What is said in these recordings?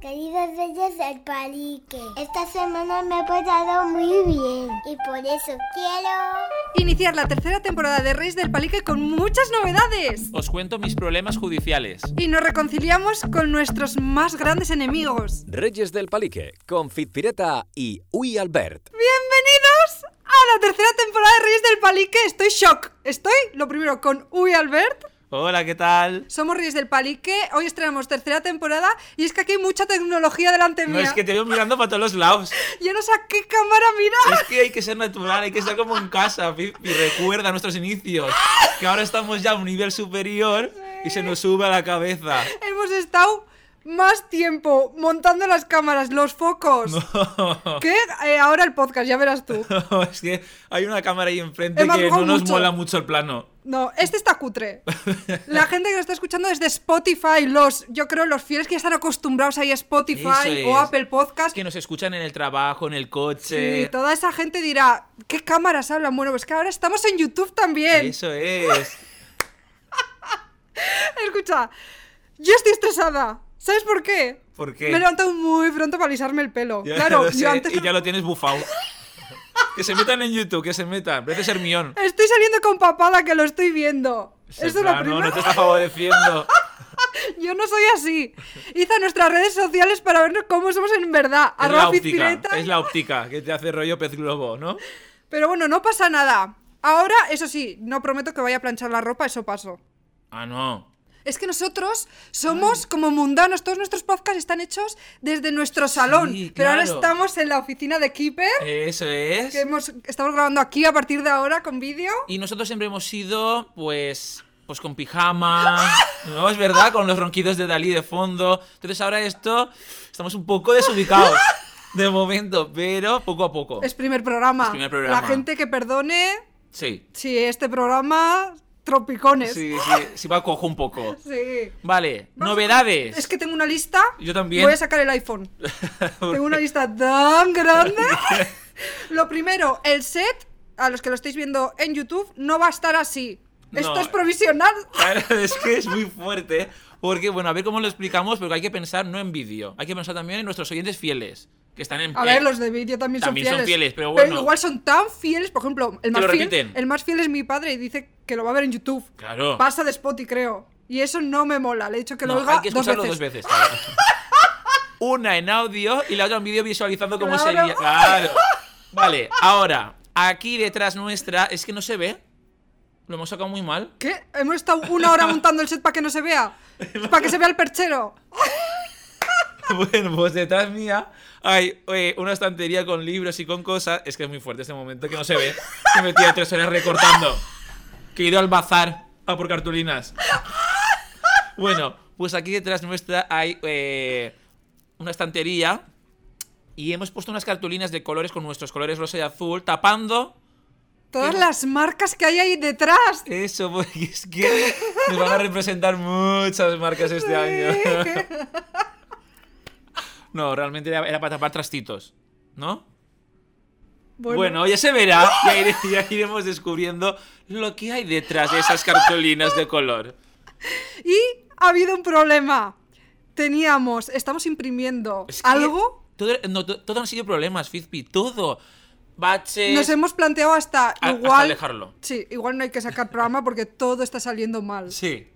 Queridas Reyes del Palique, esta semana me ha pasado muy bien y por eso quiero... Iniciar la tercera temporada de Reyes del Palique con muchas novedades. Os cuento mis problemas judiciales. Y nos reconciliamos con nuestros más grandes enemigos. Reyes del Palique, Confit Pireta y Uy Albert. ¡Bienvenidos a la tercera temporada de Reyes del Palique! Estoy shock. Estoy, lo primero, con Uy Albert. Hola, ¿qué tal? Somos Reyes del Palique. Hoy estrenamos tercera temporada y es que aquí hay mucha tecnología delante No mía. es que te veo mirando para todos los lados. Yo no sé a qué cámara mirar. Es que hay que ser natural, hay que estar como en casa. Y recuerda nuestros inicios. Que ahora estamos ya a un nivel superior y se nos sube a la cabeza. Hemos estado más tiempo montando las cámaras, los focos. Que eh, ahora el podcast, ya verás tú. es que hay una cámara ahí enfrente He que madrugado no nos mucho. mola mucho el plano. No, este está cutre. La gente que lo está escuchando es de Spotify, los, yo creo, los fieles que ya están acostumbrados ahí a Spotify Eso o es. Apple Es Podcast. que nos escuchan en el trabajo, en el Y coche. toda esa gente dirá, ¿qué cámaras hablan? Bueno, pues que ahora estamos en YouTube también. Eso es. Escucha, yo estoy estresada. ¿Sabes por qué? ¿Por qué? Me he levantado muy pronto para alisarme el pelo. Ya claro, lo yo sé, antes Y ya lo tienes bufado. que se metan en YouTube, que se metan. Parece ser mión. Estoy saliendo con papada que lo estoy viendo. Eso es lo no, primero. no te está favoreciendo. Yo no soy así. Hice a nuestras redes sociales para vernos cómo somos en verdad. es Arroba la óptica. Pizpireta. Es la óptica que te hace rollo pez globo, ¿no? Pero bueno, no pasa nada. Ahora, eso sí, no prometo que vaya a planchar la ropa, eso pasó. Ah, no. Es que nosotros somos como mundanos. Todos nuestros podcasts están hechos desde nuestro salón. Pero ahora claro. estamos en la oficina de Keeper. Eso Que es. hemos, estamos grabando aquí a partir de ahora con vídeo. Y nosotros siempre hemos sido, pues. Pues con pijama. ¿No? Es verdad, con los ronquidos de Dalí de fondo. Entonces ahora esto. Estamos un poco desubicados. De momento, pero poco a poco. Es primer programa. Es primer programa. La gente que perdone Sí. si este programa tropicones. Sí, sí, sí, va cojo un poco. Sí. Vale, Vamos a- novedades. Es que tengo una lista. Yo también. Voy a sacar el iPhone. tengo una lista tan grande. lo primero, el set, a los que lo estáis viendo en YouTube, no va a estar así. Esto No. es provisional. Claro, es que es muy fuerte. Porque, bueno, a ver cómo lo explicamos, porque hay que pensar no en vídeo. Hay que pensar también en nuestros oyentes fieles, que están en... A ver, los de vídeo también, también son son fieles. fieles, pero bueno. igual son tan fieles. Por ejemplo, el más, lo fiel, repiten. el más fiel es mi padre y dice que lo va a ver en YouTube. Claro. Pasa de Spotify, creo. Y eso no me mola. Le he dicho que No, lo oiga hay que escucharlo dos dos veces. veces. claro. Una en audio y la otra en vídeo visualizando cómo Claro. sería. Claro. Vale, ahora, aquí detrás nuestra, es que no se ve. Lo hemos sacado muy mal. ¿Qué? ¿Hemos estado una hora montando el set para que no se vea? ¿Para que se vea el perchero? Bueno, pues detrás mía hay eh, una estantería con libros y con cosas. Es que es muy fuerte este momento que no se ve. Que me tira tres horas recortando. Que he ido al bazar a por cartulinas. Bueno, pues aquí detrás nuestra hay eh, una estantería. Y hemos puesto unas cartulinas de colores con nuestros colores rosa y azul, tapando. Todas las marcas que hay ahí detrás. Eso, porque es que nos van a representar muchas marcas este año. No, realmente era, era para tapar trastitos, ¿no? Bueno. ya se verá. Ya, ire- ya iremos descubriendo lo que hay detrás de esas cartulinas de color. Y ha habido un problema. Teníamos, estamos imprimiendo Es que algo. Todo, no, to- todo han sido problemas, Fizpi. Todo. Baches. Nos hemos planteado hasta a- igual. hasta alejarlo. Sí, igual no hay que sacar programa porque todo está saliendo mal. Sí.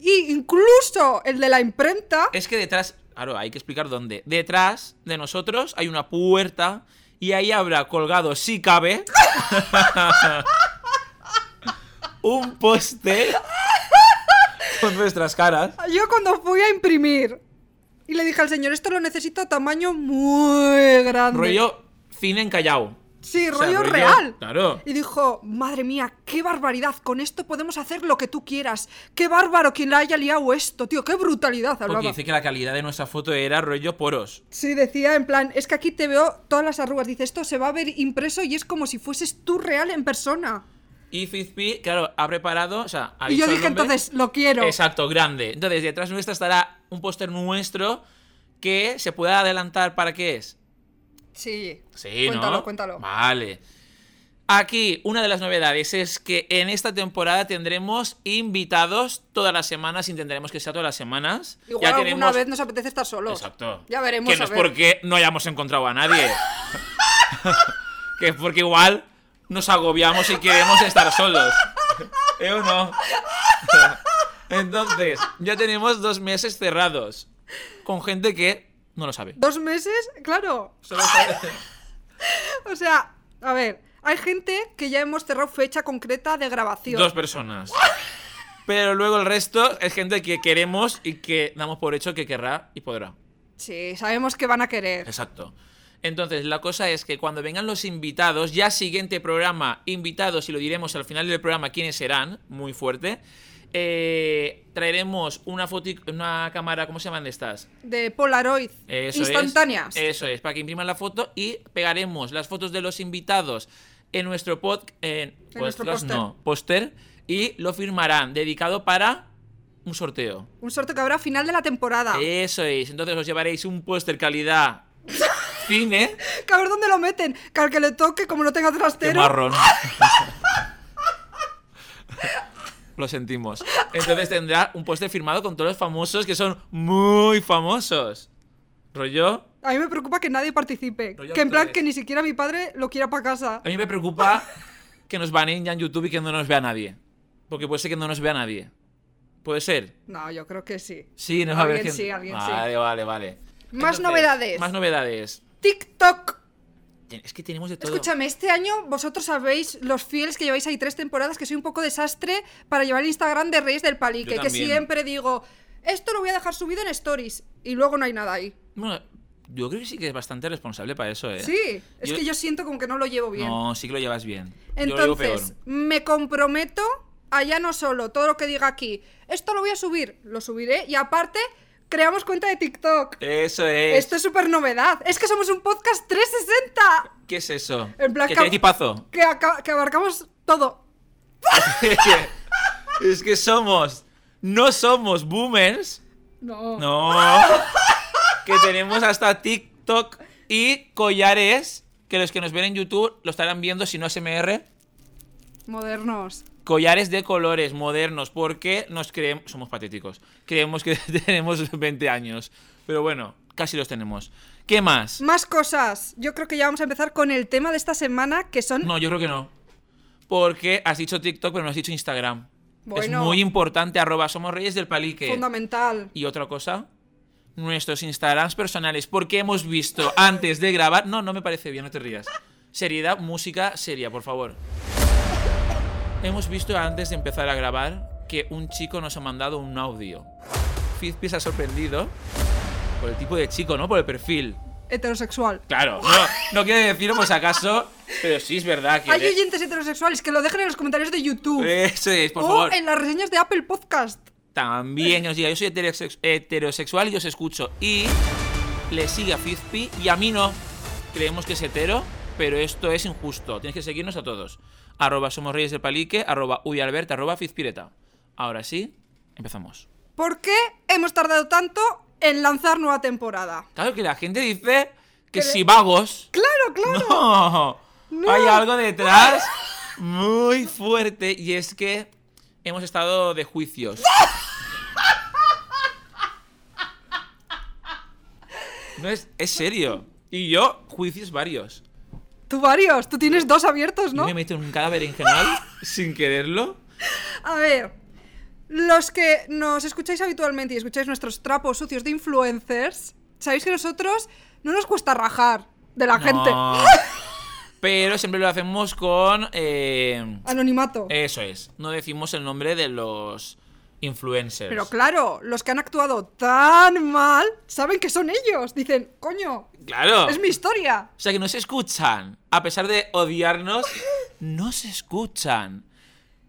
Y incluso el de la imprenta. Es que detrás. Claro, hay que explicar dónde. Detrás de nosotros hay una puerta y ahí habrá colgado, si cabe, un póster con nuestras caras. Yo cuando fui a imprimir y le dije al señor, esto lo necesito a tamaño muy grande. Rollo cine en Callao. Sí, O sea, rollo rollo- real. claro. Y dijo, madre mía, qué barbaridad, con esto podemos hacer lo que tú quieras. Qué bárbaro quien la haya liado esto, tío, qué brutalidad. Porque hablaba. dice que la calidad de nuestra foto era rollo poros. Sí, decía en plan, es que aquí te veo todas las arrugas. Dice, esto se va a ver impreso y es como si fueses tú real en persona. Y Fizpi, claro, ha preparado, o sea, ha y yo dicho el dije, nombre. entonces, lo quiero. Exacto, grande. Entonces, detrás nuestra estará un póster nuestro que se pueda adelantar para qué es. Sí. Sí, cuéntalo, ¿no? cuéntalo. Vale. Aquí, una de las novedades es que en esta temporada tendremos invitados todas las semanas, intentaremos que sea todas las semanas. Igual alguna vez nos apetece estar solos. Exacto. Ya veremos. Que no a es ver. porque no hayamos encontrado a nadie. que es porque igual nos agobiamos y queremos estar solos. ¿Eh o no? Entonces, ya tenemos dos meses cerrados. Con gente que no lo sabe. Dos meses, claro. Solo sabe- O sea, a ver, hay gente que ya hemos cerrado fecha concreta de grabación. Dos personas. Pero luego el resto es gente que queremos y que damos por hecho que querrá y podrá. Sí, sabemos que van a querer. Exacto. Entonces, la cosa es que cuando vengan los invitados, ya siguiente programa, invitados, y lo diremos al final del programa quiénes serán, muy fuerte, eh, traeremos una foto, una cámara, ¿cómo se llaman estas? De Polaroid. Eso es. instantáneas. eso es, Eh- para que impriman la foto y pegaremos las fotos de los invitados en nuestro pod, en, nuestro podcast, póster. no, póster, y lo firmarán, dedicado para un sorteo. Un sorteo que habrá a final de la temporada. Eso es, entonces os llevaréis un póster calidad cine. Que a ver dónde lo meten. Que al que le toque, como no tenga Qué trastero. marrón. Lo sentimos. Entonces tendrá un póster firmado con todos los famosos que son muy famosos. Rollo. A mí me preocupa que nadie participe. Rollo que en plan actores. que ni siquiera mi padre lo quiera para casa. A mí me preocupa que nos baneen ya en YouTube y que no nos vea nadie. Porque puede ser que no nos vea nadie. Puede ser. No, yo creo que sí. Sí, nos va a ver Alguien gente. sí, alguien sí. vale, vale, vale. Más novedades. Más novedades. TikTok. Es que tenemos de todo. Escúchame, este año vosotros sabéis, los fieles que lleváis ahí tres temporadas, que soy un poco desastre para llevar el Instagram de Reyes del Palique, Yo que también. siempre digo, esto lo voy a dejar subido en stories y luego no hay nada ahí. Bueno, yo creo que sí que es bastante responsable para eso, ¿eh? Sí, es Yo- que yo siento como que no lo llevo bien. No, sí que lo llevas bien. yo lo llevo peor. Entonces, me comprometo a ya no solo todo lo que diga aquí, esto lo voy a subir, lo subiré y aparte creamos cuenta de TikTok. Eso es. Esto es súper novedad. Es que somos un podcast 360. ¿Qué es eso? En plan ¿Que que- tiene equipazo? Que, aca- que abarcamos todo. es que somos... No somos boomers. No. No. que tenemos hasta TikTok y collares. Que los que nos ven en YouTube lo estarán viendo, si no SMR. Modernos. Collares de colores modernos, porque nos creemos... Somos patéticos. Creemos que tenemos 20 años. Pero bueno, casi los tenemos. ¿Qué más? Más cosas. Yo creo que ya vamos a empezar con el tema de esta semana, que son... No, yo creo que no. Porque has dicho TikTok, pero no has dicho Instagram. Bueno. Es muy importante, arroba somos reyes del palique. Fundamental. Y otra cosa, nuestros Instagrams personales, porque hemos visto antes de grabar. No, no me parece bien, no te rías. Seriedad, música seria, por favor. Hemos visto antes de empezar a grabar que un chico nos ha mandado un audio. Fizpi se ha sorprendido por el tipo de chico, ¿no? Por el perfil. Heterosexual. Claro, no, no quiere decirlo por si acaso, pero sí es verdad que. Hay oyentes heterosexuales que lo dejen en los comentarios de YouTube. Eso es, Eh, por o favor. Oh, en las reseñas de Apple Podcast. también que nos diga, yo soy heterosex- heterosexual y os escucho. Y le sigue a Fizpi y a mí no. Creemos que es hetero, pero esto es injusto. Tienes que seguirnos a todos. Arroba somos reyes del palique, arroba uyalbert, arroba fizpireta. Ahora sí, empezamos. ¿Por qué hemos tardado tanto en lanzar nueva temporada? Claro que la gente dice que Pero- si vagos... Claro, claro. No. No. Hay algo detrás muy fuerte y es que hemos estado de juicios. No es, es serio. Y yo, juicios varios. Tú varios, tú tienes dos abiertos, Yo ¿no? me meto en un cadáver en general sin quererlo. A ver, los que nos escucháis habitualmente y escucháis nuestros trapos sucios de influencers, sabéis que nosotros no nos cuesta rajar de la No. gente. Pero siempre lo hacemos con. eh, Anonimato. eso es. No decimos el nombre de los influencers. Pero claro, los que han actuado tan mal saben que son ellos. Dicen, coño, claro. es mi historia. O sea que no se escuchan. A pesar de odiarnos, no se escuchan.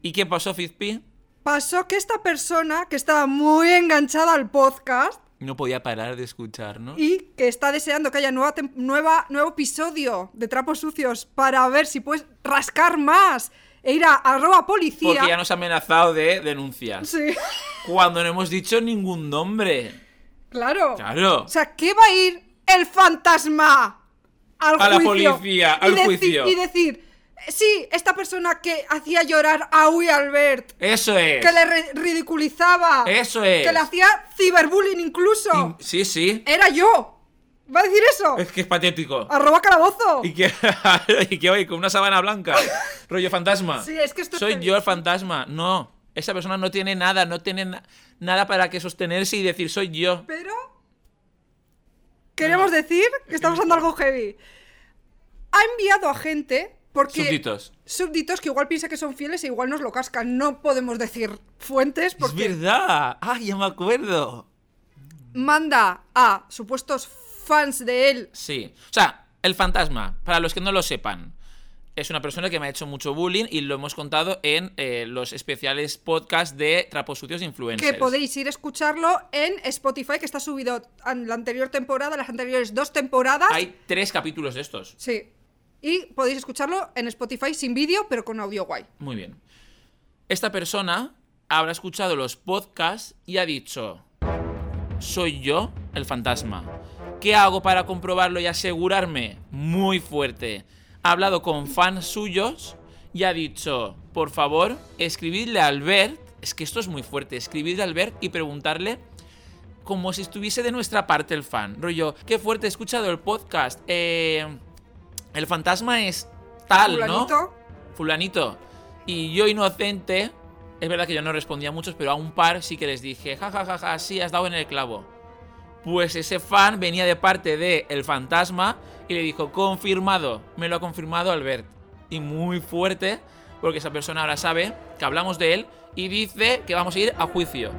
¿Y qué pasó, Fizpi? Pasó que esta persona, que estaba muy enganchada al podcast No podía parar de escucharnos. y que está deseando que haya nueva tem- nueva, nuevo episodio de Trapos Sucios para ver si puedes rascar más e ir a arroba policía. Porque ya nos ha amenazado de denuncias. Sí, Cuando no hemos dicho ningún nombre. claro. Claro. O sea, ¿qué va a ir el fantasma al A la juicio? policía, Y al deci- juicio. Y decir, Sí, esta persona que hacía llorar a Uy Albert. Eso es. Que le re- ridiculizaba. Eso es. Que le hacía ciberbullying incluso. Y- Sí, sí. Era yo. ¿Va a decir eso? Es que es patético. Arroba calabozo. Y que, y que hoy con una sábana blanca, rollo fantasma. Sí, es que esto es Soy terrible. yo el fantasma. No, esa persona no tiene nada, no tiene na- nada para que sostenerse y decir soy yo. Pero queremos decir que estamos dando algo heavy. Ha enviado a gente porque Súbditos. súbditos que igual piensa que son fieles e igual nos lo cascan. No podemos decir fuentes Es porque verdad. Ah, ya me acuerdo. manda a supuestos fans de él. Sí. O sea, el fantasma, para los que no lo sepan, es una persona que me ha hecho mucho bullying y lo hemos contado en eh, los especiales podcast de Trapos Sucios de Influencers. Que podéis ir a escucharlo en Spotify, que está subido en la anterior temporada, las anteriores dos temporadas. Hay tres capítulos de estos. Sí. Y podéis escucharlo en Spotify sin vídeo, pero con audio guay. Muy bien. Esta persona habrá escuchado los podcasts y ha dicho, soy yo el fantasma. ¿Qué hago para comprobarlo y asegurarme? Muy fuerte. Ha hablado con fans suyos y ha dicho, por favor, escribidle a Albert, es que esto es muy fuerte, escribidle a Albert y preguntarle como si estuviese de nuestra parte el fan. Rollo, qué fuerte, he escuchado el podcast. eh, el fantasma es tal, ¿no? Fulanito. fulanito. Y yo inocente, es verdad que yo no respondía a muchos, pero a un par sí que les dije, ja, ja, ja, ja, sí, has dado en el clavo. Pues ese fan venía de parte de El Fantasma y le dijo, confirmado, me lo ha confirmado Albert. Y muy fuerte, porque esa persona ahora sabe que hablamos de él y dice que vamos a ir a juicio.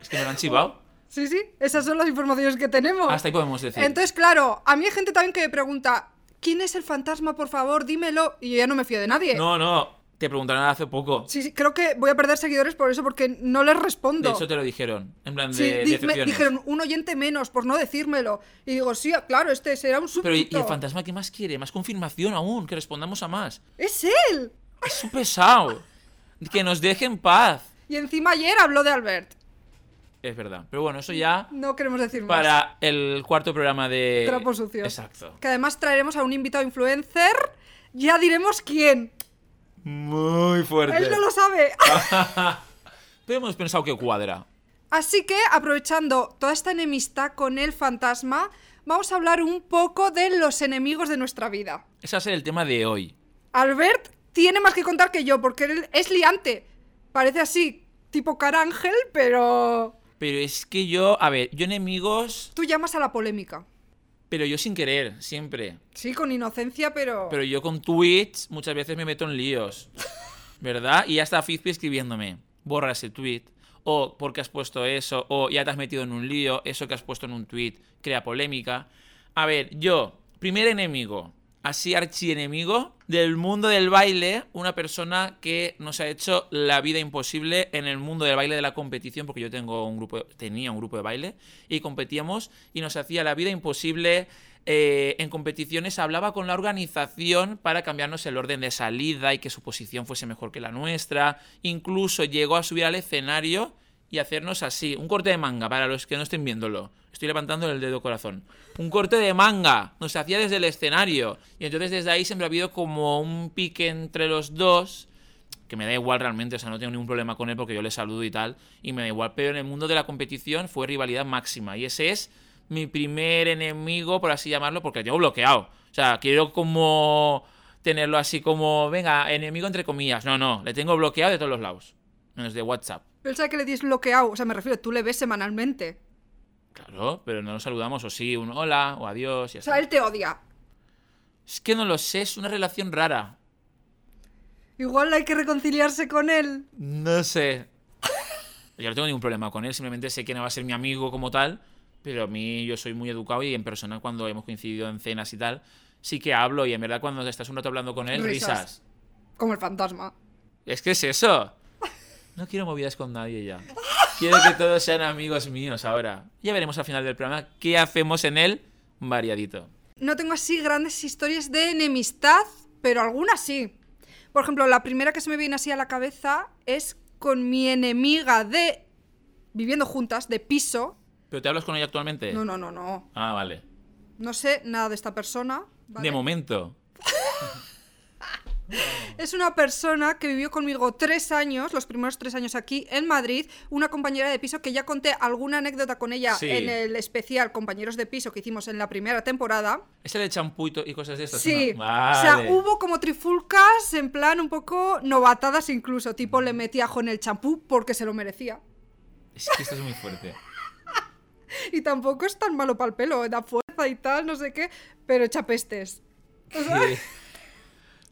es que me lo han chivado. Sí, sí, esas son las informaciones que tenemos. Hasta ahí podemos decir. Entonces, claro, a mí hay gente también que me pregunta, ¿quién es el fantasma, por favor? Dímelo. Y yo ya no me fío de nadie. no, no, te preguntaron hace poco. Sí, sí, creo que voy a perder seguidores por eso, porque no les respondo. De hecho te lo dijeron, en plan Sí, de di- me decepciones. dijeron un oyente menos por no decírmelo. Y digo, sí, claro, este será un súbdito. Pero ¿y, y el fantasma qué más quiere? Más confirmación aún, que respondamos a más. ¡Es él! Es su pesado. Que nos deje en paz. Y encima ayer habló de Albert. Es verdad. Pero bueno, eso ya No queremos decir más. para el cuarto programa de... Trapos sucios. Exacto. Que además traeremos a un invitado influencer. Ya diremos quién. Muy fuerte. Él no lo sabe. Pero hemos pensado que cuadra. Así que, aprovechando toda esta enemistad con el fantasma, vamos a hablar un poco de los enemigos de nuestra vida. Ese va a ser el tema de hoy. Albert tiene más que contar que yo, porque él es liante. Parece así, tipo carángel, pero... Pero es que yo, a ver, yo enemigos, Tú llamas a la polémica. pero yo sin querer, siempre. Sí, con inocencia, pero... Pero yo con tweets muchas veces me meto en líos. ¿Verdad? Y ya está Fizpi escribiéndome. Borra ese tweet. O porque has puesto eso. O ya te has metido en un lío. Eso que has puesto en un tweet crea polémica. A ver, yo, primer enemigo. Así archienemigo del mundo del baile, una persona que nos ha hecho la vida imposible en el mundo del baile de la competición, porque yo tengo un grupo, tenía un grupo de baile y competíamos y nos hacía la vida imposible eh, en competiciones hablaba con la organización para cambiarnos el orden de salida y que su posición fuese mejor que la nuestra. Incluso llegó a subir al escenario y hacernos así. Un corte de manga, para los que no estén viéndolo. Estoy levantando el dedo corazón. Un corte de manga. Nos hacía desde el escenario. Y entonces desde ahí siempre ha habido como un pique entre los dos que me da igual realmente, o sea, no tengo ningún problema con él porque yo le saludo y tal, y me da igual, pero en el mundo de la competición fue rivalidad máxima, y ese es mi primer enemigo, por así llamarlo, porque le tengo bloqueado. O sea, quiero como tenerlo así como, venga, enemigo entre comillas. No, no, le tengo bloqueado de todos los lados, menos de WhatsApp. Él sabe que le tienes bloqueado. O sea, me refiero, tú le ves semanalmente. Claro, pero no nos saludamos, o sí, un hola, o adiós, y O sea, así. él te odia. Es que no lo sé, es una relación rara. Igual hay que reconciliarse con él. No sé. Yo no tengo ningún problema con él, simplemente sé que no va a ser mi amigo como tal, pero a mí yo soy muy educado y en persona cuando hemos coincidido en cenas y tal, sí que hablo y en verdad cuando estás un rato hablando con él, Risas. risas. Como el fantasma. Es que es eso. No quiero movidas con nadie ya. Quiero que todos sean amigos míos ahora. Ya veremos al final del programa qué hacemos en él variadito. No tengo así grandes historias de enemistad, pero algunas sí. Por ejemplo, la primera que se me viene así a la cabeza es con mi enemiga de viviendo juntas, de piso. ¿Pero te hablas con ella actualmente? No, no, no, no. Ah, vale. No sé nada de esta persona. ¿vale? De momento. Es una persona que vivió conmigo tres años, los primeros tres años aquí en Madrid, una compañera de piso que ya conté alguna anécdota con ella Sí. en el especial Compañeros de Piso que hicimos en la primera temporada. ¿Ese de champú y to- y cosas de estas? Sí, ¿no? o Vale. sea, hubo como trifulcas en plan un poco novatadas incluso, tipo le metí ajo en el champú porque se lo merecía. Es que esto es muy fuerte. Y tampoco es tan malo para el pelo, da fuerza y tal, no sé qué, pero echa pestes.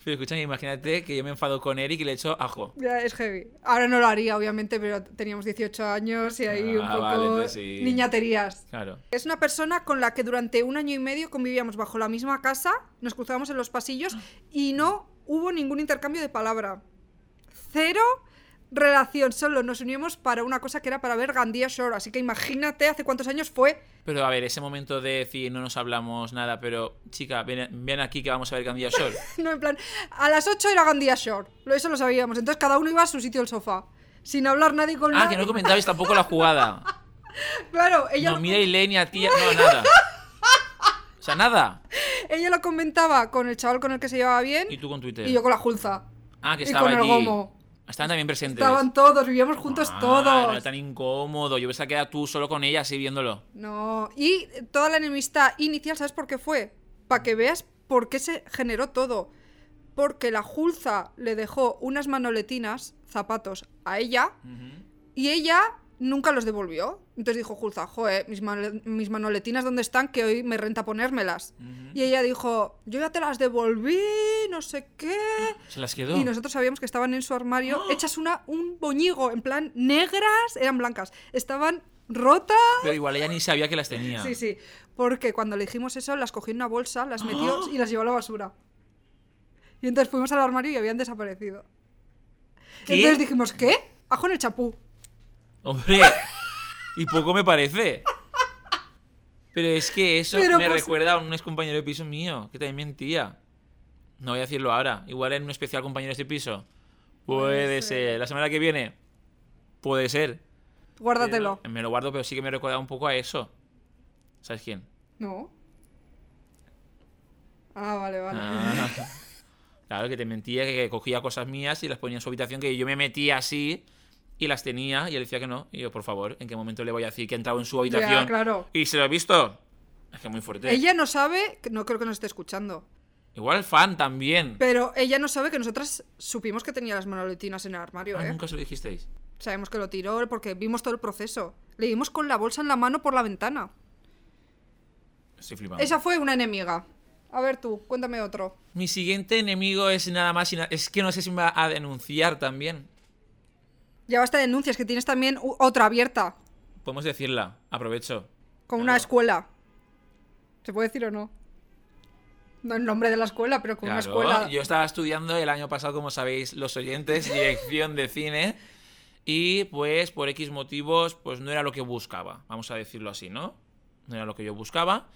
Sí. Pero escúchame, imagínate que yo me enfado con Eric y le echo ajo. Ya, es heavy. Ahora no lo haría, obviamente, pero teníamos 18 años y ahí un Ah, poco vale, entonces sí. niñaterías. Claro. Es una persona con la que durante un año y medio convivíamos bajo la misma casa, nos cruzábamos en los pasillos y no hubo ningún intercambio de palabra. Cero relación, solo nos unimos para una cosa que era para ver Gandía Shore. Así que imagínate hace cuántos años fue. Pero a ver, ese momento de decir no nos hablamos nada, pero chica, ven, ven aquí que vamos a ver Candida Sol. No, en plan, a las 8 era Gandía Shore. Lo- Eso lo sabíamos. Entonces cada uno iba a su sitio del sofá. Sin hablar nadie con Ah, nadie. que no comentabais tampoco la jugada. Claro, ella No, lo- mira Ilenia, tía. No, nada. O sea, nada. Ella lo comentaba con el chaval con el que se llevaba bien Y tú con Twitter. y yo con la Julza. ah, que y estaba con el allí. gomo. Estaban también presentes. Estaban todos, vivíamos juntos Ah, No era todos. tan incómodo. Yo pensaba que era tú solo con ella así viéndolo. No, y toda la enemistad inicial, ¿sabes por qué fue? Para que veas por qué se generó todo. Porque la Julza le dejó unas manoletinas, zapatos, a ella y ella nunca los devolvió. Entonces dijo Julza, joe, mis, male- mis manoletinas, ¿dónde están? Que hoy me renta ponérmelas. Y ella dijo, yo ya te las devolví, no sé qué. Se las quedó. Y nosotros sabíamos que estaban en su armario hechas una, un boñigo, en plan negras, eran blancas, estaban rotas. Pero igual ella ni sabía que las tenía. Sí, sí, porque cuando le dijimos eso, las cogió en una bolsa, ¡Ah! las metió y las llevó a la basura. Y entonces fuimos al armario y habían desaparecido. ¿Qué? Entonces dijimos, ¿qué? Ajo en el chapú. Hombre, y poco me parece. Pero es que eso Pero me pues- recuerda a un ex compañero de piso mío, que también mentía. No voy a decirlo ahora. Igual en un especial compañeros de este piso. Puede ser. La semana que viene. Puede ser. Guárdatelo. Me lo guardo, pero sí que me recuerda un poco a eso. ¿Sabes quién? No. Ah, vale, vale. Ah. Claro, que te mentía, que cogía cosas mías y las ponía en su habitación, que yo me metía así y las tenía y él decía que no. Y yo, por favor, ¿en qué momento le voy a decir que he entrado en su Ya, habitación? claro. Y se lo he visto. Es que muy fuerte. Ella no sabe, que- no creo que nos esté escuchando, Igual fan también. pero ella no sabe que nosotras supimos que tenía las manoletinas en el armario, Ah, ¿eh? nunca se lo dijisteis. Sabemos que lo tiró porque vimos todo el proceso. Le dimos con la bolsa en la mano por la ventana. Estoy flipando. Esa fue una enemiga. A ver tú, cuéntame otro. Mi siguiente enemigo es nada más y na- Es que no sé si me va a denunciar también. Ya basta de denuncias, que tienes también u- otra abierta, Podemos decirla. Aprovecho. con una escuela. ¿Se puede decir o no? No el nombre de la escuela, pero con Claro, una escuela. Yo estaba estudiando el año pasado, como sabéis, los oyentes, dirección de cine. Y pues por X motivos, pues no era lo que buscaba. Vamos a decirlo así, ¿no? No era lo que yo buscaba.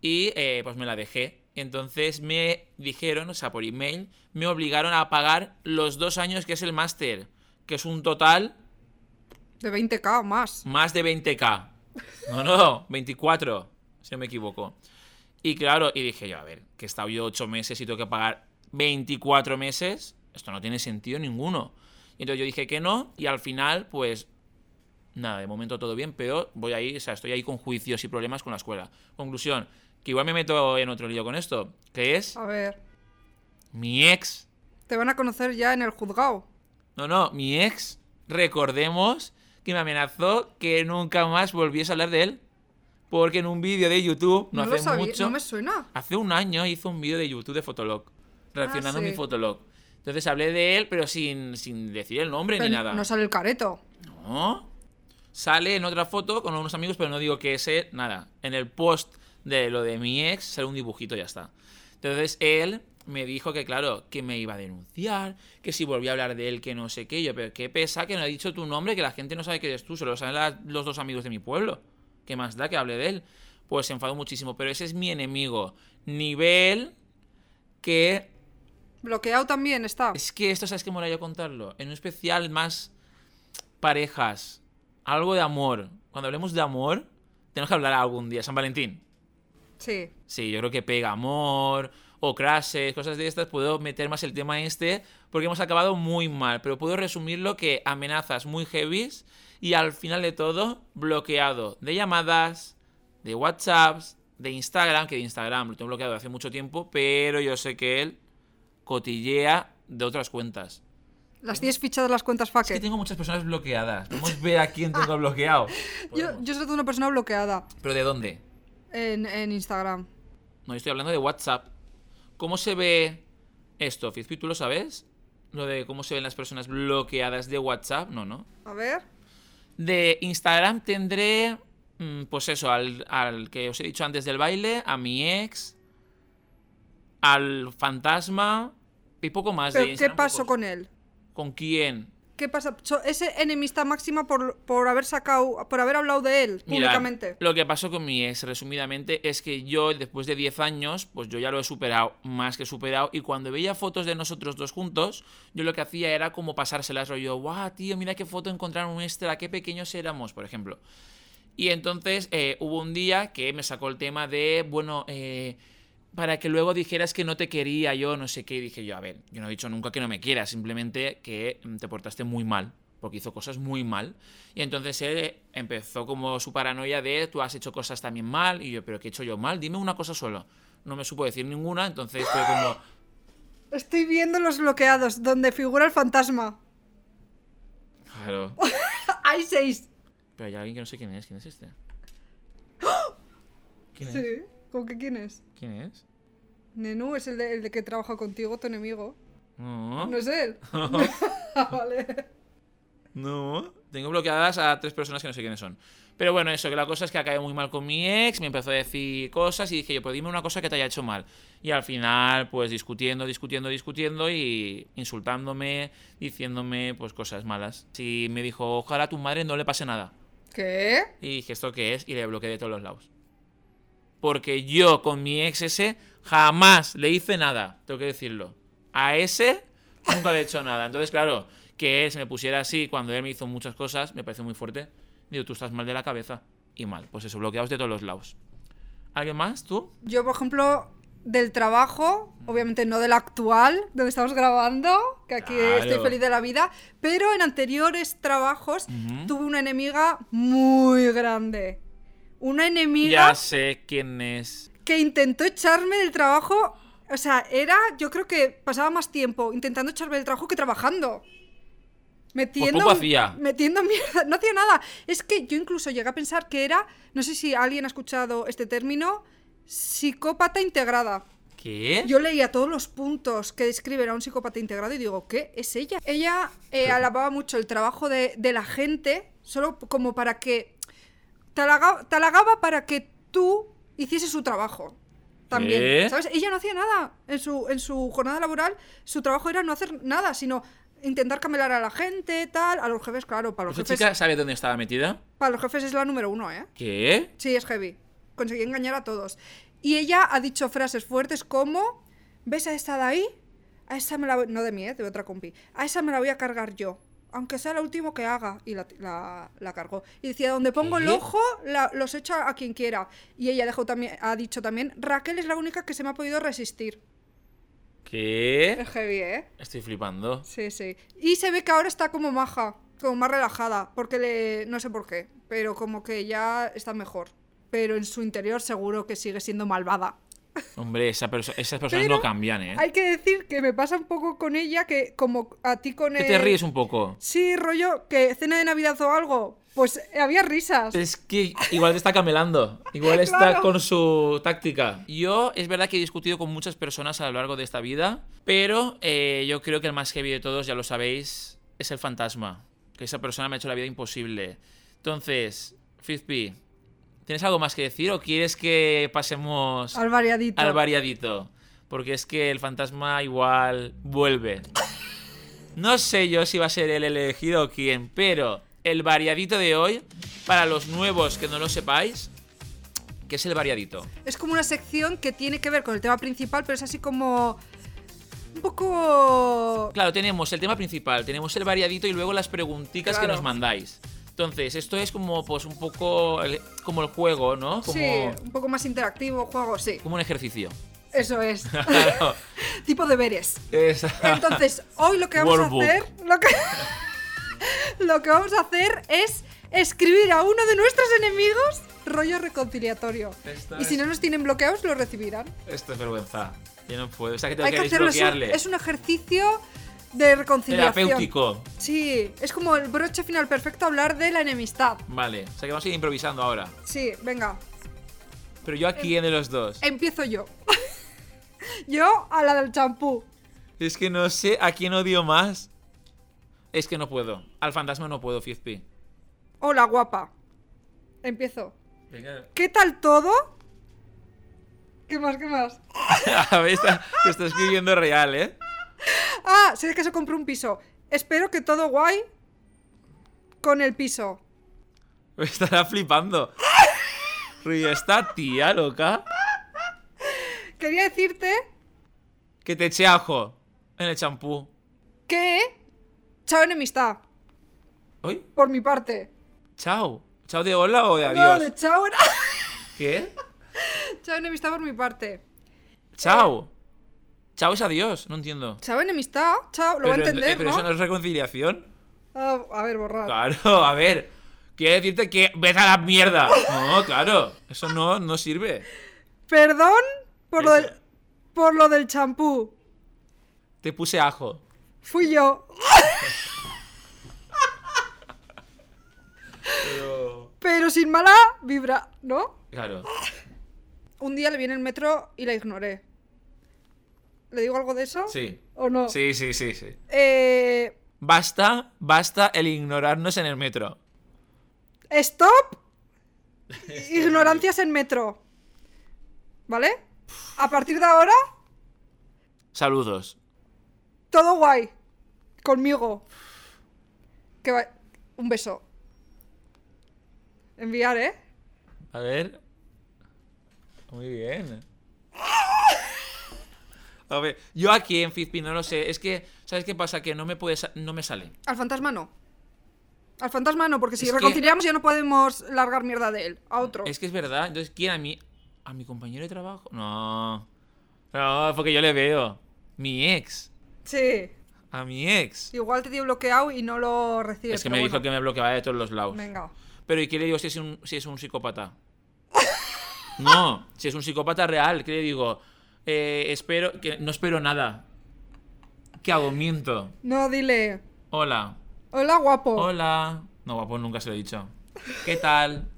Y eh, pues me la dejé. Entonces me dijeron, o sea, por email, me obligaron a pagar los dos años que es el máster. Que es un total De 20k o más. más de 20k. No, no, 24, si no me equivoco. Y claro, y dije yo, a ver, que he estado yo 8 meses y tengo que pagar 24 meses, esto no tiene sentido ninguno. Y entonces yo dije que no, y al final, pues, nada, de momento todo bien, pero voy ahí, o sea, estoy ahí con juicios y problemas con la escuela. Conclusión, que igual me meto en otro lío con esto, que es A ver, mi ex te van a conocer ya en el juzgado. no, no, mi ex, recordemos que me amenazó que nunca más volviese a hablar de él. Porque en un vídeo de YouTube, no, lo hace sabía, mucho, no me suena. hace un año hizo un vídeo de YouTube de Fotolog, reaccionando a Ah, sí. mi Fotolog. Entonces hablé de él, pero sin, sin decir el nombre Pero ni nada. No sale el careto. No. Sale en otra foto con unos amigos, pero no digo que ese, nada. En el post de lo de mi ex sale un dibujito y ya está. Entonces él me dijo que, claro, que me iba a denunciar, que si volvía a hablar de él, que no sé qué. Yo, pero qué pesa que no he dicho tu nombre, que la gente no sabe que eres tú, solo lo saben la- los dos amigos de mi pueblo. ¿Qué más da que hable de él? Pues se enfadó muchísimo, pero ese es mi enemigo. Nivel que Bloqueado también está. es que esto, ¿sabes qué mola yo contarlo? En un especial más parejas, algo de amor. Cuando hablemos de amor, tenemos que hablar algún día, San Valentín. Sí. Sí, yo creo que pega amor, o crashes, cosas de estas, puedo meter más el tema este porque hemos acabado muy mal, pero puedo resumirlo que amenazas muy heavies y al final de todo bloqueado de llamadas, de WhatsApps, de Instagram, que de Instagram lo tengo bloqueado hace mucho tiempo, pero yo sé que él cotillea de otras cuentas. Las 10 fichadas las cuentas Es que Faker. tengo muchas personas bloqueadas. Podemos ver a quién tengo bloqueado. Yo, yo soy una persona bloqueada ¿Pero de dónde? en, en Instagram. No, yo estoy hablando de WhatsApp. ¿Cómo se ve esto, Fizpi? ¿Tú lo sabes? Lo de cómo se ven las personas bloqueadas de WhatsApp. No, no. A ver. De Instagram tendré, mm, pues eso, al, al que os he dicho antes del baile, a mi ex, al fantasma y poco más. de ¿Pero qué Instagram, pasó pocos. con él? ¿Con quién? ¿Qué pasa? So- Ese enemistad máxima por, por haber sacado, por haber hablado de él Mirad, públicamente. lo que pasó con mi ex, resumidamente, es que yo, después de 10 años, pues yo ya lo he superado, más que superado. Y cuando veía fotos de nosotros dos juntos, yo lo que hacía era como pasárselas, rollo, guau, tío, mira qué foto encontraron nuestra, qué pequeños éramos, por ejemplo. Y entonces eh, hubo un día que me sacó el tema de, bueno, eh, para que luego dijeras que no te quería yo, no sé qué. Y dije yo, a ver, yo no he dicho nunca que no me quieras, simplemente que mm, te portaste muy mal, porque hizo cosas muy mal. Y entonces él eh, empezó como su paranoia de, tú has hecho cosas también mal, y yo, pero ¿qué he hecho yo mal? Dime una cosa solo. No me supo decir ninguna, entonces fue como, Estoy viendo los bloqueados, donde figura el fantasma. claro. Hay seis. Pero hay alguien que no sé quién es, ¿quién es este? ¿Quién es? Sí. ¿Con qué quién es? ¿Quién es? Nenú es el de, el de que trabaja contigo, tu enemigo. No. No es él. Ah, vale. No. Tengo bloqueadas a tres personas que no sé quiénes son. Pero bueno, eso, que la cosa es que acabé muy mal con mi ex, me empezó a decir cosas y dije yo, pues dime una cosa que te haya hecho mal. Y al final, pues discutiendo, discutiendo, discutiendo y insultándome, diciéndome pues cosas malas. Y me dijo, ojalá a tu madre no le pase nada. ¿Qué? Y dije, ¿esto qué es? Y le bloqueé de todos los lados. Porque yo con mi ex ese jamás le hice nada, tengo que decirlo. A ese nunca le he hecho nada. Entonces, claro, que él se me pusiera así cuando él me hizo muchas cosas, me pareció muy fuerte. Digo, tú estás mal de la cabeza. Y mal, pues eso, bloqueados de todos los lados. ¿Alguien más? ¿Tú? Yo, por ejemplo, del trabajo, obviamente no del actual, donde estamos grabando, que aquí Claro. estoy feliz de la vida, pero en anteriores trabajos Ujú. tuve una enemiga muy grande. Una enemiga Ya sé quién es. que intentó echarme del trabajo. O sea, era, yo creo que pasaba más tiempo intentando echarme del trabajo que trabajando. Metiendo, Pues poco hacía. metiendo mierda, no hacía nada. Es que yo incluso llegué a pensar que era, no sé si alguien ha escuchado este término, psicópata integrada. ¿Qué? Yo leía todos los puntos que describen a un psicópata integrado y digo, ¿qué es ella? Ella eh, alababa mucho el trabajo de, de la gente, solo como para que. Te halaga- te halagaba, para que tú hicieses su trabajo. También. ¿Qué? ¿Sabes? Ella no hacía nada. En su, en su jornada laboral, su trabajo era no hacer nada, sino intentar camelar a la gente, tal. A los jefes, claro, para los ¿Esa jefes. chica sabe dónde estaba metida? Para los jefes es la número uno, ¿eh? ¿Qué? Sí, es heavy. Conseguí engañar a todos. Y ella ha dicho frases fuertes como: ¿Ves a esta de ahí? A esa me la voy. No de mí, ¿eh? de otra compi. A esa me la voy a cargar yo. Aunque sea la último que haga. Y la, la, la cargó. Y decía: Donde pongo el ¿Qué? ojo, la- los echo a, a quien quiera. Y ella dejó también, ha dicho también: Raquel es la única que se me ha podido resistir. ¿Qué? Es heavy, ¿eh? Estoy flipando. Sí, sí. Y se ve que ahora está como maja, como más relajada, porque le... no sé por qué, pero como que ya está mejor. Pero en su interior seguro que sigue siendo malvada. Hombre, esa perso- esas personas Pero no cambian, ¿eh? Hay que decir que me pasa un poco con ella, que como a ti con Que el- te ríes un poco. Sí, rollo, que cena de Navidad o algo, pues había risas. Es que igual te está camelando. Igual está Claro. con su táctica. Yo, es verdad que he discutido con muchas personas a lo largo de esta vida. Pero eh, yo creo que el más heavy de todos, ya lo sabéis, es el fantasma. Que esa persona me ha hecho la vida imposible. Entonces, Fizpi, ¿tienes algo más que decir o quieres que pasemos Al variadito. al variadito? Porque es que el fantasma igual vuelve. No sé yo si va a ser el elegido o quién, pero el variadito de hoy, para los nuevos que no lo sepáis, ¿qué es el variadito? Es como una sección que tiene que ver con el tema principal, pero es así como... Un poco... Claro, tenemos el tema principal, tenemos el variadito y luego las preguntitas que Claro. nos mandáis. Entonces, esto es como pues un poco el- como el juego, ¿no? Como, Sí, un poco más interactivo, juego, sí. como un ejercicio. Eso es. Claro. tipo deberes. Esa- Entonces, hoy lo que vamos Workbook. a hacer. Lo que, lo que vamos a hacer es escribir a uno de nuestros enemigos rollo reconciliatorio. Esto y si es- no nos tienen bloqueados, lo recibirán. Esto es vergüenza. Yo no puedo. O sea, que tengo Hay que, que hacerlo. Es un, desbloquearle. es un ejercicio de reconciliación. Terapéutico. Sí, es como el broche final perfecto hablar de la enemistad. Vale. O sea, que vamos a ir improvisando ahora. Sí, venga, Pero yo aquí en de los dos. empiezo yo. yo a la del champú. Es que no sé a quién odio más. Es que no puedo. Al fantasma no puedo, 5 Hola, guapa. Empiezo. Venga. ¿Qué tal todo? ¿Qué más, qué más? A ver, está, lo está escribiendo real, ¿eh? Ah, sé que se compró un piso. Espero que todo guay con el piso. Me estará flipando. Ruiz, esta tía loca. Quería decirte Que te eche ajo en el champú. que... Chao enemistad, ¿Uy? por mi parte. Chao. ¿Chao de hola o de No, de adiós? chao, era- ¿Qué? chao enemistad por mi parte. Chao. Chao es adiós. No entiendo. Chao enemistad, chao, lo va a Pero- eh, entender, pero ¿no? eso no es reconciliación. Ah, a ver, borrar. Claro, a ver. Quiere decirte que ves a la mierda. No, claro. Eso no, no sirve. Perdón por lo, Eso. del, por lo del champú. Te puse ajo. Fui yo. Pero sin mala vibra, ¿no? Claro. Un día le vi en el metro y la ignoré. ¿Le digo algo de eso? Sí. ¿O no? Sí, sí, sí, sí. Eh, Basta, basta el ignorarnos en el metro. stop. Ignorancias en metro. ¿Vale? A partir de ahora, Saludos. todo guay. Conmigo. Que va- Un beso. Enviar, ¿eh? A ver. Muy bien. A ver, yo aquí en Fizpi no lo sé. Es que, ¿sabes qué pasa? Que no me puede sa- no me sale. Al fantasma no. Al fantasma no, porque si Es que- reconciliamos ya no podemos largar mierda de él. A otro. Es que es verdad. Entonces, ¿quién a mí? ¿A mi compañero de trabajo? No. No, porque yo le veo. Mi ex. Sí. A mi ex. Igual te dio bloqueado y no lo recibes. es que pero me bueno. dijo que me bloqueaba de todos los lados. Venga. Pero ¿y qué le digo si es un, si es un psicópata? No, si es un psicópata real, ¿qué le digo? Eh, espero que no espero nada. ¿Qué hago? Miento. No, dile. Hola. Hola, guapo. Hola. No, guapo, nunca se lo he dicho. ¿Qué tal?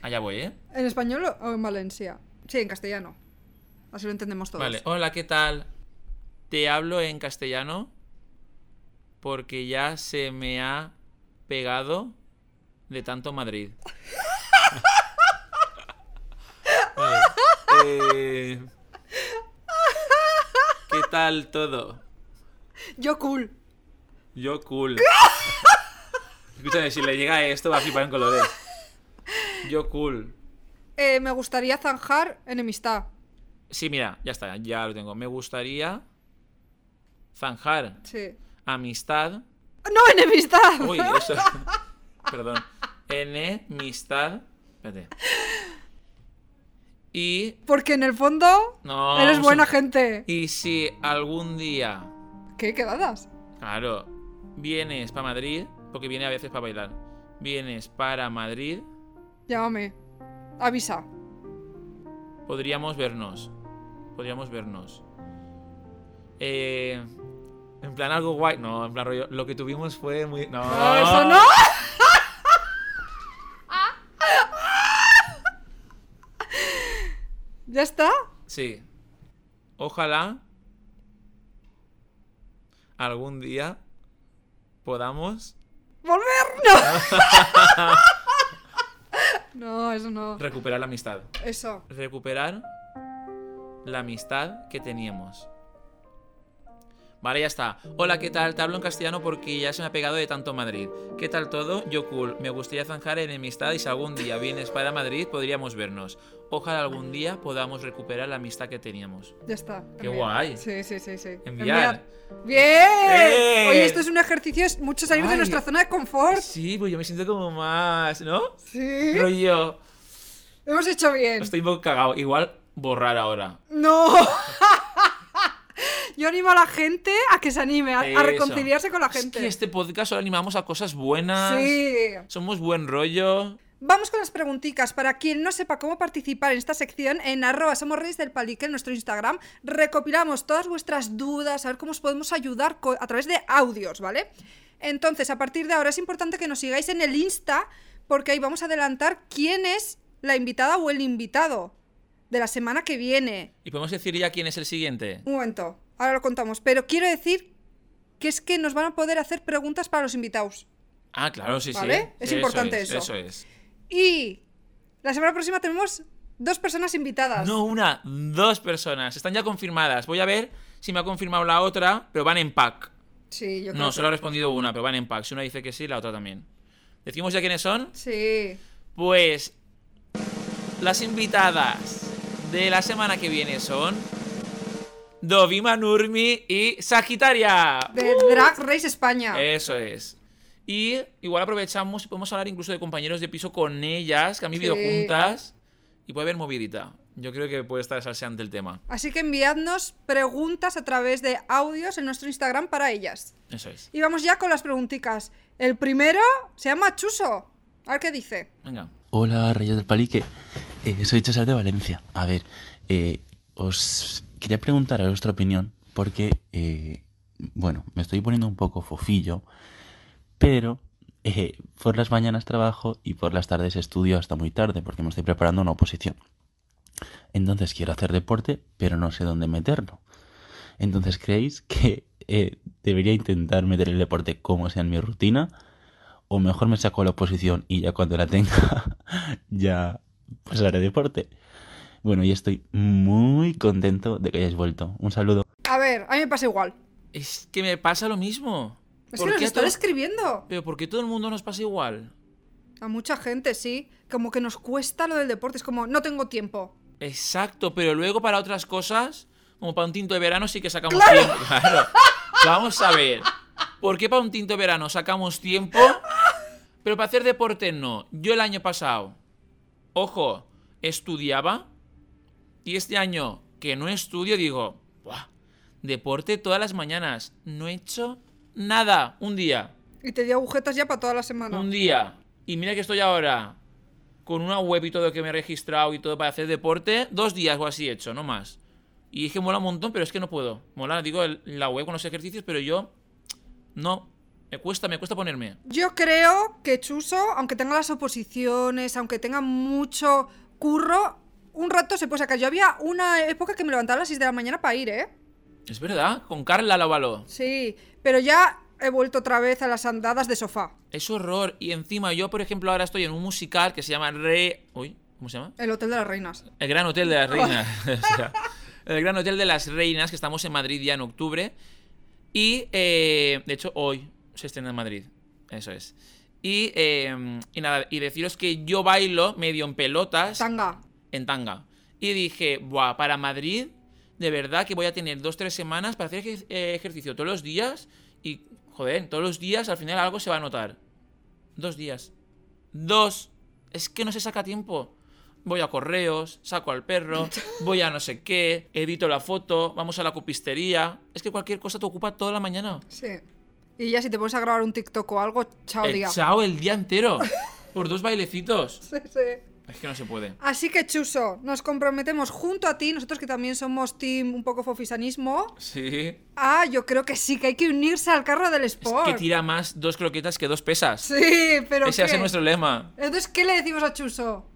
Allá voy, ¿eh? ¿En español o en Valencia? Sí, en castellano. Así lo entendemos todos. Vale. Hola, ¿qué tal? Te hablo en castellano porque ya se me ha pegado de tanto Madrid. Vale. Eh, ¿Qué tal todo? Yo cool. Yo cool. Escúchame, si le llega esto va a flipar en colores. Yo cool. Eh, me gustaría zanjar enemistad. Sí, mira, ya está, ya lo tengo. Me gustaría zanjar Sí. amistad ¡No, enemistad! Uy, eso. Perdón. Enemistad. Espérate. Y. Porque en el fondo No. eres un buena seg- gente. Y si algún día. ¿Qué quedadas? Claro. Vienes para Madrid. Porque viene a veces para bailar. Vienes para Madrid. Llámame. Avisa. Podríamos vernos. Podríamos vernos. Eh, en plan algo guay. No, en plan rollo. Lo que tuvimos fue muy. No. No, eso no. ¿Ya está? Sí. Ojalá algún día podamos ¡Volver! No. no, eso no. recuperar la amistad. Eso. Recuperar la amistad que teníamos. Vale, ya está. Hola, ¿qué tal? Te hablo en castellano porque ya se me ha pegado de tanto Madrid. ¿Qué tal todo? Yo cool. Me gustaría zanjar enemistad y si algún día vienes para Madrid podríamos vernos. Ojalá algún día podamos recuperar la amistad que teníamos. Ya está. Qué guay. Sí, sí, sí, sí. Enviar. ¡Bien! ¡Bien! Oye, esto es un ejercicio, es mucho salir de Ay. nuestra zona de confort. Sí, pues yo me siento como más, ¿no? Sí. Rollo. Lo hemos hecho bien. Estoy un poco cagado. Igual borrar ahora. No. Yo animo a la gente a que se anime, a, a Eso. reconciliarse con la gente. Es que este podcast solo animamos a cosas buenas. Sí. Somos buen rollo. Vamos con las preguntitas. Para quien no sepa cómo participar en esta sección, en arroba somos reyes del palique en nuestro Instagram, recopilamos todas vuestras dudas, a ver cómo os podemos ayudar co- a través de audios, ¿vale? Entonces, a partir de ahora es importante que nos sigáis en el Insta, porque ahí vamos a adelantar quién es la invitada o el invitado de la semana que viene. Y podemos decir ya quién es el siguiente. Un momento, ahora lo contamos. Pero quiero decir que es que nos van a poder hacer preguntas para los invitados. Ah, claro, sí, sí. Vale, es importante eso. Eso es. Y la semana próxima tenemos dos personas invitadas. No una, dos personas. Están ya confirmadas. Voy a ver si me ha confirmado la otra, pero van en pack. Sí, yo creo. No, que- solo ha respondido una, pero van en pack. Si una dice que sí, la otra también. ¿Decimos ya quiénes son? Sí. Pues las invitadas de la semana que viene son Dovima Nurmi y Sagitaria. De Drag Race España. Eso es. Y igual aprovechamos y podemos hablar incluso de compañeros de piso con ellas, que han vivido Sí. juntas. Y puede haber movidita. Yo creo que puede estar salseante el tema. Así que enviadnos preguntas a través de audios en nuestro Instagram para ellas. Eso es. Y vamos ya con las pregunticas. El primero se llama Chuso. A ver qué dice. Venga. Hola, Reyes del Palique. Eh, soy César de Valencia. A ver, eh, os quería preguntar a vuestra opinión porque, eh, bueno, me estoy poniendo un poco fofillo, pero eh, por las mañanas trabajo y por las tardes estudio hasta muy tarde porque me estoy preparando una oposición. Entonces quiero hacer deporte, pero no sé dónde meterlo. Entonces, ¿creéis que eh, debería intentar meter el deporte como sea en mi rutina? O mejor me saco la posición y ya cuando la tenga, ya pues haré deporte. Bueno, y estoy muy contento de que hayáis vuelto. Un saludo. A ver, a mí me pasa igual. Es que me pasa lo mismo. Es ¿Por que nos qué a están to- escribiendo. Pero ¿por qué todo el mundo nos pasa igual? A mucha gente, sí. Como que nos cuesta lo del deporte. Es como, no tengo tiempo. Exacto, pero luego para otras cosas, como para un tinto de verano sí que sacamos tiempo. Claro. Vamos a ver. ¿Por qué para un tinto de verano sacamos tiempo? Pero para hacer deporte no. Yo el año pasado, ojo, estudiaba. Y este año que no estudio, digo, "Buah, deporte todas las mañanas. No he hecho nada. Un día. Y te dio agujetas ya para toda la semana. Un día. Y mira que estoy ahora con una web y todo que me he registrado y todo para hacer deporte. Dos días o así he hecho, no más. Y es que mola un montón, pero es que no puedo. Mola, digo, el- la web con los ejercicios, pero yo. No. Me cuesta, me cuesta ponerme. Yo creo que Chuso, aunque tenga las oposiciones, aunque tenga mucho curro, un rato se puede sacar. Yo había una época que me levantaba a las 6 de la mañana para ir, ¿eh? Es verdad, con Carla la baló. Sí, pero ya he vuelto otra vez a las andadas de sofá. Es horror. Y encima, yo, por ejemplo, ahora estoy en un musical que se llama Re. Uy, ¿cómo se llama? El Hotel de las Reinas. El Gran Hotel de las Reinas. O sea, el Gran Hotel de las Reinas, que estamos en Madrid ya en octubre. Y, eh, de hecho, hoy se estrena en Madrid. Eso es. Y, eh, y nada, y deciros que yo bailo medio en pelotas, Tanga. en tanga. Y dije, buah, para Madrid, de verdad que voy a tener dos, tres semanas para hacer ej- eh, ejercicio todos los días. Y, joder, todos los días al final algo se va a notar. Dos días. Dos. Es que no se saca tiempo. Voy a correos, saco al perro, voy a no sé qué, edito la foto, vamos a la copistería. Es que cualquier cosa te ocupa toda la mañana. Sí. Y ya si te pones a grabar un TikTok o algo, chao El día. Eh, chao el día entero. Por dos bailecitos. Sí, sí. Es que no se puede. Así que Chuso, nos comprometemos junto a ti, nosotros que también somos team un poco fofisanismo. Sí. Ah, yo creo que sí, que hay que unirse al carro del Es sport. que tira más dos croquetas que dos pesas. Sí, pero Ese va a ¿qué? ser nuestro lema. Entonces, ¿qué le decimos a Chuso?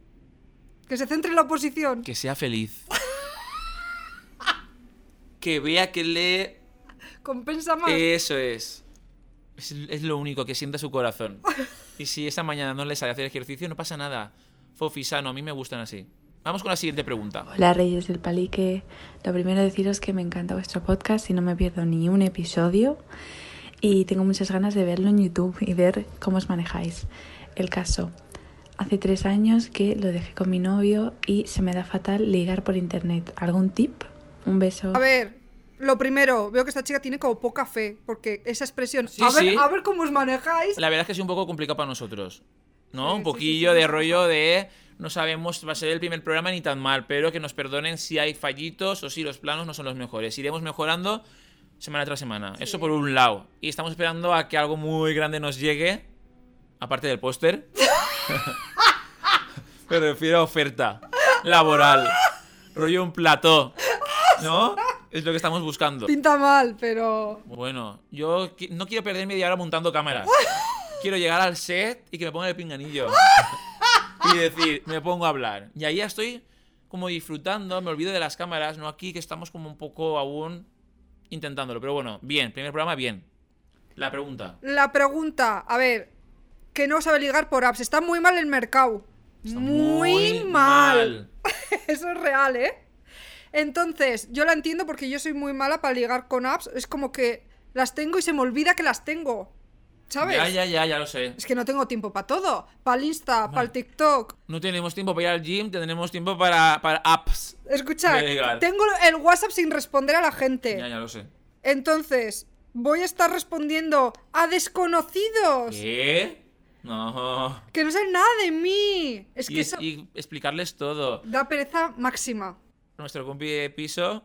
Que se centre en la oposición. Que sea feliz. que vea que le... Compensa más. Eso es. es. es lo único que sienta su corazón. Y si esa mañana no le sale a hacer ejercicio, no pasa nada. Fofi, sano, a mí me gustan así. Vamos con la siguiente pregunta. Hola Reyes del Palique, lo primero deciros que me encanta vuestro podcast y no me pierdo ni un episodio y tengo muchas ganas de verlo en YouTube y ver cómo os manejáis. El caso, hace tres años que lo dejé con mi novio y se me da fatal ligar por internet. ¿Algún tip? Un beso. A ver, lo primero, veo que esta chica tiene como poca fe, porque esa expresión, Sí, a, ver, sí. a ver cómo os manejáis, La verdad es que es un poco complicado para nosotros. ¿no? Sí, un sí, sí, poquillo sí, de sí. rollo de no sabemos, va a ser el primer programa ni tan mal, pero que nos perdonen si hay fallitos o si los planos no son los mejores. Iremos mejorando semana tras semana. Eso por un lado. Y estamos esperando a que algo muy grande nos llegue, aparte del póster. Me refiero a oferta laboral. Rollo un plató. ¿No? Es lo que estamos buscando. Pinta mal, pero. Bueno, yo qui- no quiero perder media hora montando cámaras. Quiero llegar al set y que me pongan el pinganillo. Y decir, me pongo a hablar. Y ahí ya estoy como disfrutando, me olvido de las cámaras, no aquí que estamos como un poco aún intentándolo. Pero bueno, bien, primer programa, bien. La pregunta. La pregunta, a ver, que no sabe ligar por apps. Está muy mal el mercado. Está muy mal. Eso es real, ¿eh? Entonces, yo la entiendo porque yo soy muy mala para ligar con apps. Es como que las tengo y se me olvida que las tengo. ¿Sabes? Ya, ya, ya, ya lo sé. Es que no tengo tiempo para todo. Para el Insta, para el TikTok. No tenemos tiempo para ir al gym, tendremos tiempo para, para apps. Escucha, Ya, igual. tengo el WhatsApp sin responder a la gente. Ya, ya lo sé. Entonces, voy a estar respondiendo a desconocidos ¿Qué? No. que no saben nada de mí. Es que Y- eso y explicarles todo. da pereza máxima. Nuestro compi de piso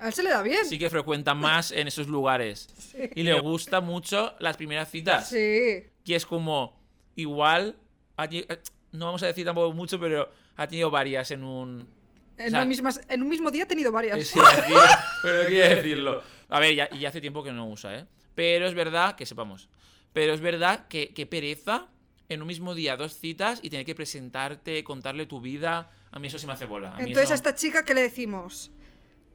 A él se le da bien. sí que frecuenta más en esos lugares. Y le gusta mucho las primeras citas. Sí. Y es como, igual, ha ti- eh, no vamos a decir tampoco mucho, pero ha tenido varias en un... En, O sea, una misma- en un mismo día he tenido varias. es decir, pero quiere decirlo. A ver, ya- y hace tiempo que no usa, ¿eh? Pero es verdad que sepamos. Pero es verdad que, que pereza en un mismo día dos citas y tener que presentarte, contarle tu vida. A mí eso se me hace bola. A mí Entonces eso- a esta chica que le decimos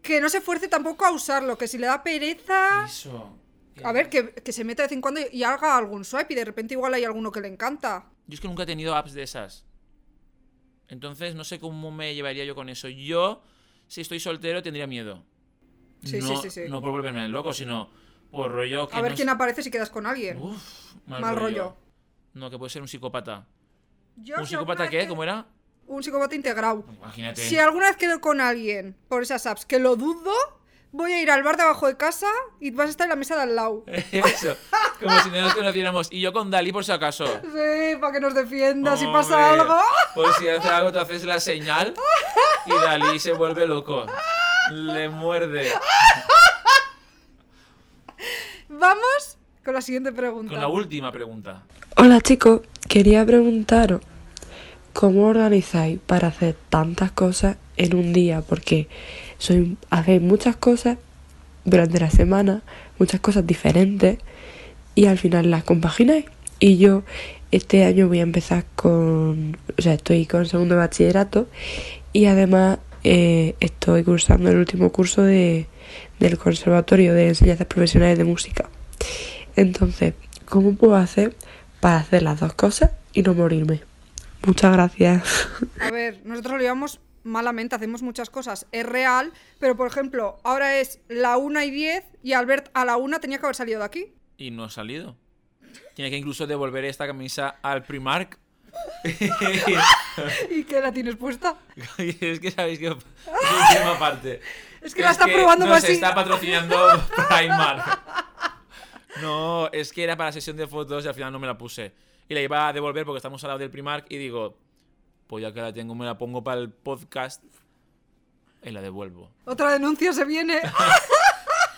que no se fuerce tampoco a usarlo, que si le da pereza... Eso. A ver, que, que se meta de vez en cuando y haga algún swipe y de repente igual hay alguno que le encanta. Yo es que nunca he tenido apps de esas. Entonces no sé cómo me llevaría yo con eso. Yo, si estoy soltero, tendría miedo. Sí, no, sí, sí, sí. No por volverme loco, sino por rollo que. A ver no quién sé- Uh, aparece si quedas con alguien. Uf, mal, Mal rollo. rollo. No, que puede ser un psicópata. Yo ¿Un la psicópata última qué? vez que- ¿Cómo era? Un psicópata integrado. Imagínate. Si alguna vez quedo con alguien por esas apps, que lo dudo, voy a ir al bar de abajo de casa y vas a estar en la mesa de al lado. Eso. Como si no nos conociéramos. Y yo con Dalí, por si acaso. Sí, para que nos defienda si pasa Hombre, algo. Por si hace algo, tú haces la señal y Dalí se vuelve loco. Le muerde. Vamos con la siguiente pregunta. Con la última pregunta. Hola chicos, quería preguntaros cómo organizáis para hacer tantas cosas en un día, porque soy, hacéis muchas cosas durante la semana, muchas cosas diferentes, y al final las compagináis. Y yo este año voy a empezar con, o sea, estoy con segundo de bachillerato y además eh, estoy cursando el último curso de, del Conservatorio de Enseñanzas Profesionales de Música. Entonces, ¿cómo puedo hacer para hacer las dos cosas y no morirme? Muchas gracias. A ver, nosotros lo llevamos malamente, hacemos muchas cosas, es real, pero por ejemplo, ahora es la 1 y 10 y Albert a la 1 tenía que haber salido de aquí. Y no ha salido. Tiene que incluso devolver esta camisa al Primark. ¿Y qué la tienes puesta? Y es que sabéis que es un tema aparte. Es que la está probando nos más sin- está patrocinando Primark. No, es que era para sesión de fotos y al final no me la puse. Y la iba a devolver porque estamos al lado del Primark y digo, pues ya que la tengo, me la pongo para el podcast y la devuelvo. Otra denuncia se viene.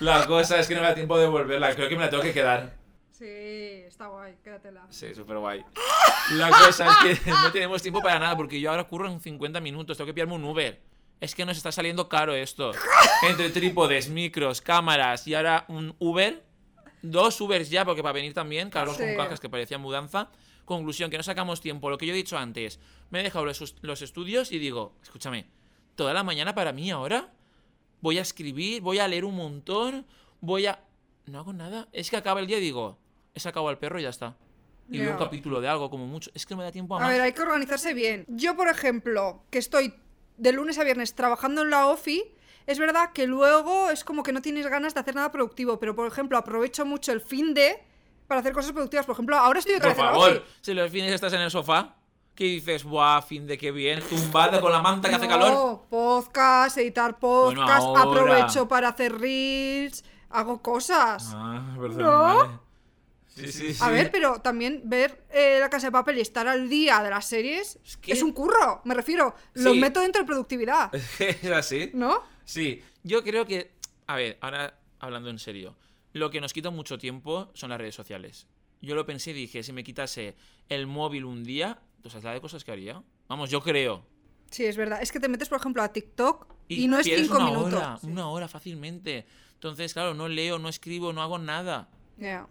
La cosa es que no me da tiempo de devolverla, creo que me la tengo que quedar. Sí, está guay, quédatela. Sí, súper guay. La cosa es que no tenemos tiempo para nada porque yo ahora curro en 50 minutos, tengo que pillarme un Uber. Es que nos está saliendo caro esto. Entre trípodes, micros, cámaras y ahora un Uber. Dos Ubers ya, porque para venir también, Carlos Sí. con cajas que parecía mudanza. Conclusión, que no sacamos tiempo. Lo que yo he dicho antes, me he dejado los, los estudios y digo, escúchame, toda la mañana para mí ahora voy a escribir, voy a leer un montón, voy a... No hago nada. Es que acaba el día y digo, he sacado al perro y ya está. Y Ya. veo un capítulo de algo como mucho. Es que no me da tiempo a A más. ver, hay que organizarse bien. Yo, por ejemplo, que estoy de lunes a viernes trabajando en la OFI, es verdad que luego es como que no tienes ganas de hacer nada productivo, pero por ejemplo, aprovecho mucho el fin de para hacer cosas productivas. Por ejemplo, ahora estoy otra Por vez en la favor, OFI. si los fines estás en el sofá, que dices, guau, fin de qué bien, tumbada con la manta que hace No, calor. podcast, editar podcast, ahora. aprovecho para hacer reels, hago cosas. Ah, perdón, No. vale. Sí, sí, sí. A ver, pero también ver eh, la casa de papel y estar al día de las series es, que- un curro, me refiero. Lo Sí. meto dentro de productividad, ¿Es así? ¿no? Sí, yo creo que. A ver, ahora hablando en serio. Lo que nos quita mucho tiempo son las redes sociales. Yo lo pensé y dije: si me quitase el móvil un día, pues es la de cosas que haría. Vamos, yo creo. Sí, es verdad. Es que te metes, por ejemplo, a TikTok y, no es pierdes cinco una minutos. Hora, Una hora fácilmente. Entonces, claro, no leo, no escribo, no hago nada. Ya.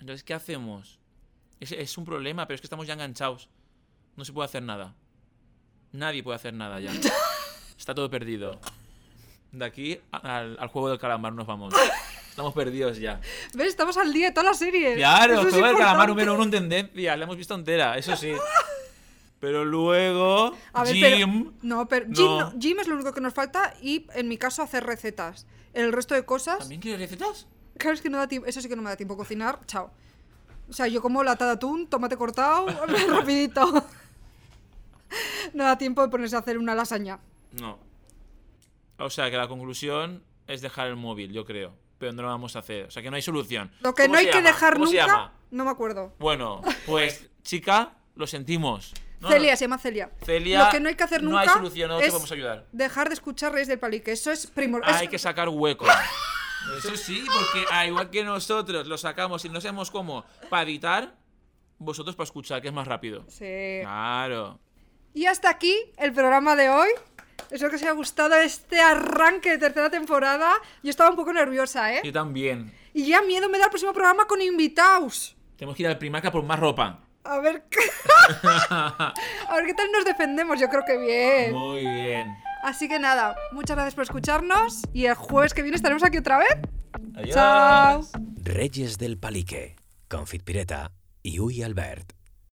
Entonces, ¿qué hacemos? Es, es un problema, pero es que estamos ya enganchados. No se puede hacer nada. Nadie puede hacer nada ya. Está todo perdido. De aquí a- al, al juego del calamar nos vamos. Estamos perdidos ya. ¿Ves? Estamos al día de todas las series. Claro, Eso es juego del calamar importante. número uno en tendencia. La hemos visto entera, eso sí. Pero luego. A ver, Jim. pero, no, pero Jim, No. no, Jim es lo único que nos falta y en mi caso hacer recetas. El resto de cosas, ¿También quieres recetas? claro es que no da tiempo, eso sí que no me da tiempo cocinar, chao. O sea, yo como lata de atún, tomate cortado, rapidito. No da tiempo de ponerse a hacer una lasaña. No. O sea, que la conclusión es dejar el móvil, yo creo. Pero no lo vamos a hacer. O sea, que no hay solución. Lo que ¿Cómo no hay se que llama? dejar ¿Cómo se nunca, llama? no me acuerdo. Bueno, pues, chica, lo sentimos. No, Celia, no. se llama Celia. Celia, Lo que no hay que hacer no nunca hay solución, no te es podemos ayudar. dejar de escuchar Reyes del Palique. Eso es primordial. Hay que sacar hueco. Eso sí, porque al igual que nosotros lo sacamos y no sabemos cómo para editar, vosotros para escuchar, que es más rápido. Sí. Claro. Y hasta aquí el programa de hoy. Espero que os haya gustado este arranque de tercera temporada. Yo estaba un poco nerviosa, ¿eh? Yo también. Y ya miedo me da el próximo programa con invitados. Tenemos que ir al Primarca por más ropa. A ver qué... A ver qué tal nos defendemos. Yo creo que bien. Muy bien. Así que nada, muchas gracias por escucharnos. Y el jueves que viene estaremos aquí otra vez. Adiós. Chao. Reyes del Palique, Confit Pireta y Uy Albert.